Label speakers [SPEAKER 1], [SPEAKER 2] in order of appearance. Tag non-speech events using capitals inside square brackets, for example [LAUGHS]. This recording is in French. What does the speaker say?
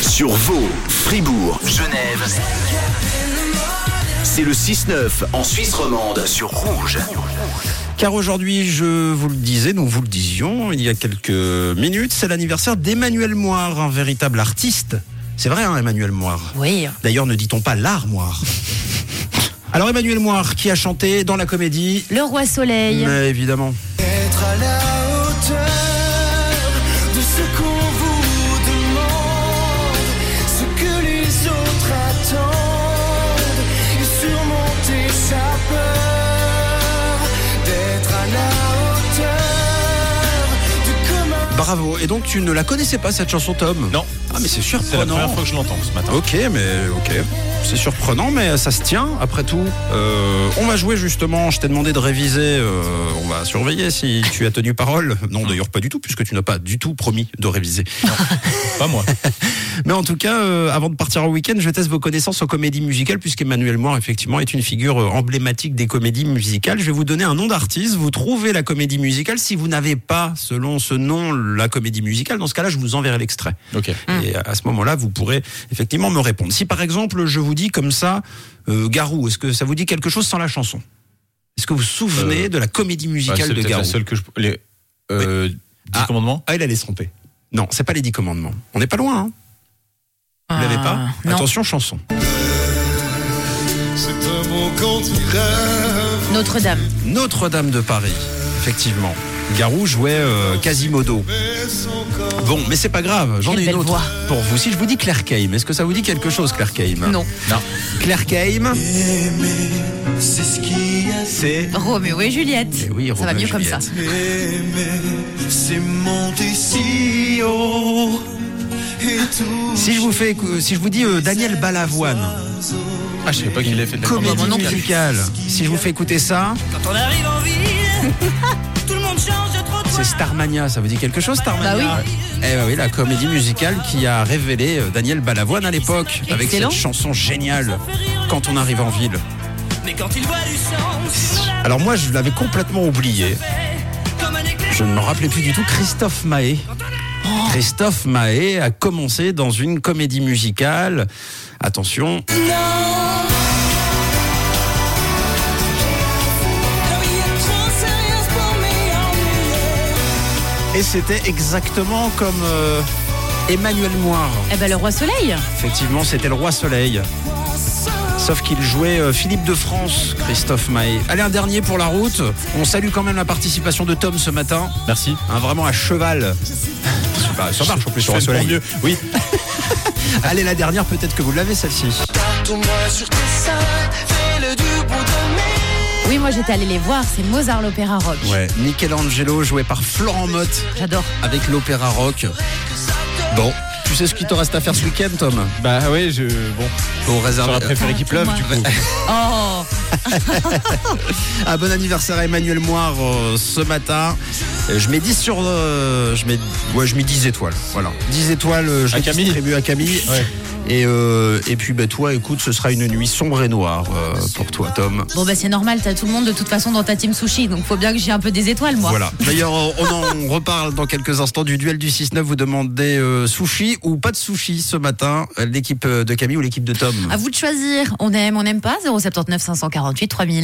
[SPEAKER 1] Sur Vaud, Fribourg, Genève. C'est le 6-9 en Suisse romande sur Rouge.
[SPEAKER 2] Car aujourd'hui, je vous le disais, nous vous le disions il y a quelques minutes, c'est l'anniversaire d'Emmanuel Moire, un véritable artiste. C'est vrai, hein, Emmanuel Moire
[SPEAKER 3] Oui.
[SPEAKER 2] D'ailleurs, ne dit-on pas l'art Moire Alors, Emmanuel Moire, qui a chanté dans la comédie
[SPEAKER 3] Le roi soleil.
[SPEAKER 2] Mais Évidemment.
[SPEAKER 4] Être à la hauteur de ce qu'on vous demande, ce que les autres attendent, et surmonter sa peur. D'être à la hauteur du commun.
[SPEAKER 2] Bravo. Et donc, tu ne la connaissais pas, cette chanson, Tom
[SPEAKER 5] Non.
[SPEAKER 2] Ah, mais c'est
[SPEAKER 5] C'est la
[SPEAKER 2] surprenant.
[SPEAKER 5] première fois que je l'entends ce matin.
[SPEAKER 2] Ok, mais ok. C'est surprenant, mais ça se tient. Après tout, Euh, on va jouer justement. Je t'ai demandé de réviser. euh, on va surveiller si tu as tenu parole. Non, d'ailleurs pas du tout, puisque tu n'as pas du tout promis de réviser.
[SPEAKER 5] Pas [LAUGHS] moi.
[SPEAKER 2] Mais en tout cas, euh, avant de partir en week-end, je teste vos connaissances en comédie musicale, puisqu'Emmanuel Moir, effectivement, est une figure euh, emblématique des comédies musicales. Je vais vous donner un nom d'artiste. Vous trouvez la comédie musicale. Si vous n'avez pas, selon ce nom, la comédie musicale, dans ce cas-là, je vous enverrai l'extrait.
[SPEAKER 5] Ok.
[SPEAKER 2] Et à ce moment-là, vous pourrez effectivement me répondre. Si par exemple, je vous dis comme ça, euh, Garou, est-ce que ça vous dit quelque chose sans la chanson Est-ce que vous vous souvenez de la comédie
[SPEAKER 5] Bah,
[SPEAKER 2] musicale
[SPEAKER 5] c'est
[SPEAKER 2] de
[SPEAKER 5] peut-être
[SPEAKER 2] Garou
[SPEAKER 5] la seule que je. Les. Euh, dix
[SPEAKER 2] Ah.
[SPEAKER 5] commandements
[SPEAKER 2] Ah, il allait se tromper. Non, c'est pas les Dix Commandements. On n'est pas loin, hein Vous l'avez pas
[SPEAKER 3] Ah, Non.
[SPEAKER 2] Attention, chanson.
[SPEAKER 4] C'est un mot quand il rêve.
[SPEAKER 3] Notre-Dame.
[SPEAKER 2] Notre-Dame de Paris, effectivement. Garou jouait euh, Quasimodo. Bon, mais c'est pas grave, j'en
[SPEAKER 3] Quelle
[SPEAKER 2] ai une
[SPEAKER 3] belle
[SPEAKER 2] autre
[SPEAKER 3] voix.
[SPEAKER 2] pour vous. Si je vous dis Claire Keim, est-ce que ça vous dit quelque chose, Claire Keim
[SPEAKER 3] Non.
[SPEAKER 5] Non.
[SPEAKER 2] Claire Keim,
[SPEAKER 4] Aimer, c'est ce qui a
[SPEAKER 2] c'est.
[SPEAKER 3] Roméo et Juliette.
[SPEAKER 2] Eh oui,
[SPEAKER 3] ça va
[SPEAKER 2] Roméo et
[SPEAKER 3] mieux comme ça.
[SPEAKER 2] Juliette.
[SPEAKER 4] Aimer, c'est monter si haut et tout.
[SPEAKER 2] Si je vous fais, écou- si je vous dis euh, Daniel Balavoine,
[SPEAKER 5] Ah, je savais pas qu'il avait fait de la
[SPEAKER 2] comédie
[SPEAKER 3] bah, moi non plus.
[SPEAKER 2] musicale. Si je vous fais écouter ça,
[SPEAKER 6] Quand on arrive en
[SPEAKER 2] [LAUGHS]
[SPEAKER 6] ville, tout le monde change de trottoir.
[SPEAKER 2] c'est Starmania. Ça vous dit quelque chose, Starmania
[SPEAKER 3] Bah
[SPEAKER 2] Eh bah oui, la comédie musicale qui a révélé euh, Daniel Balavoine à l'époque avec
[SPEAKER 3] Excellent.
[SPEAKER 2] cette chanson géniale. Quand on arrive en ville.
[SPEAKER 6] Mais quand il voit du sang, sur la
[SPEAKER 2] Alors moi, je l'avais complètement oublié.
[SPEAKER 6] paix, comme un éclair.
[SPEAKER 2] Je ne me rappelais plus du tout Christophe Mahé. Christophe Mahé a commencé dans une comédie musicale. Attention, et c'était exactement comme euh, Emmanuel Moir.
[SPEAKER 3] Eh ben le roi soleil.
[SPEAKER 2] Effectivement, c'était le roi soleil. Sauf qu'il jouait euh, Philippe de France, Christophe Mahé. Allez, un dernier pour la route. On salue quand même la participation de Tom ce matin.
[SPEAKER 5] Merci.
[SPEAKER 2] Hein, vraiment à cheval. [LAUGHS] Bah, ça marche en plus sur
[SPEAKER 5] Je
[SPEAKER 2] un
[SPEAKER 5] fais de mon
[SPEAKER 2] soleil.
[SPEAKER 5] mieux. Oui.
[SPEAKER 2] Allez, la dernière, peut-être que vous l'avez celle-ci.
[SPEAKER 4] Tourne-moi sur tes seins, fais-le du bout de mes
[SPEAKER 3] Oui, moi j'étais allée les voir, c'est Mozart l'opéra rock.
[SPEAKER 2] Ouais. Michelangelo joué par Florent Motte
[SPEAKER 3] J'adore.
[SPEAKER 2] avec l'opéra rock. Bon, tu sais ce qu'il te reste à faire ce week-end, Tom
[SPEAKER 5] Bah ouais, je. Bon.
[SPEAKER 2] Pour réserver.
[SPEAKER 5] J'aurais préféré qu'il pleuve, du coup.
[SPEAKER 3] Oh,
[SPEAKER 2] Ah, bon anniversaire à Emmanuel Moir euh, ce matin. Euh, Je mets 10 sur. euh, je, mets, ouais, je mets 10 étoiles. Voilà. 10 étoiles, euh, je
[SPEAKER 5] À
[SPEAKER 2] les
[SPEAKER 5] Camille.
[SPEAKER 2] distribue à Camille.
[SPEAKER 5] Ouais.
[SPEAKER 2] Et, euh, et puis, bah, toi, écoute, ce sera une nuit sombre et noire euh, pour toi, Tom.
[SPEAKER 3] bon bah c'est normal, t'as tout le monde de toute façon dans ta team sushi, donc faut bien que j'ai un peu des étoiles moi.
[SPEAKER 2] Voilà. [LAUGHS] D'ailleurs, on, on en on reparle dans quelques instants du duel du 6-9. Vous demandez euh, sushi ou pas de sushi ce matin, euh, l'équipe euh, de Camille ou l'équipe de Tom
[SPEAKER 3] À vous de choisir, on aime, on n'aime pas, 079 548 3000.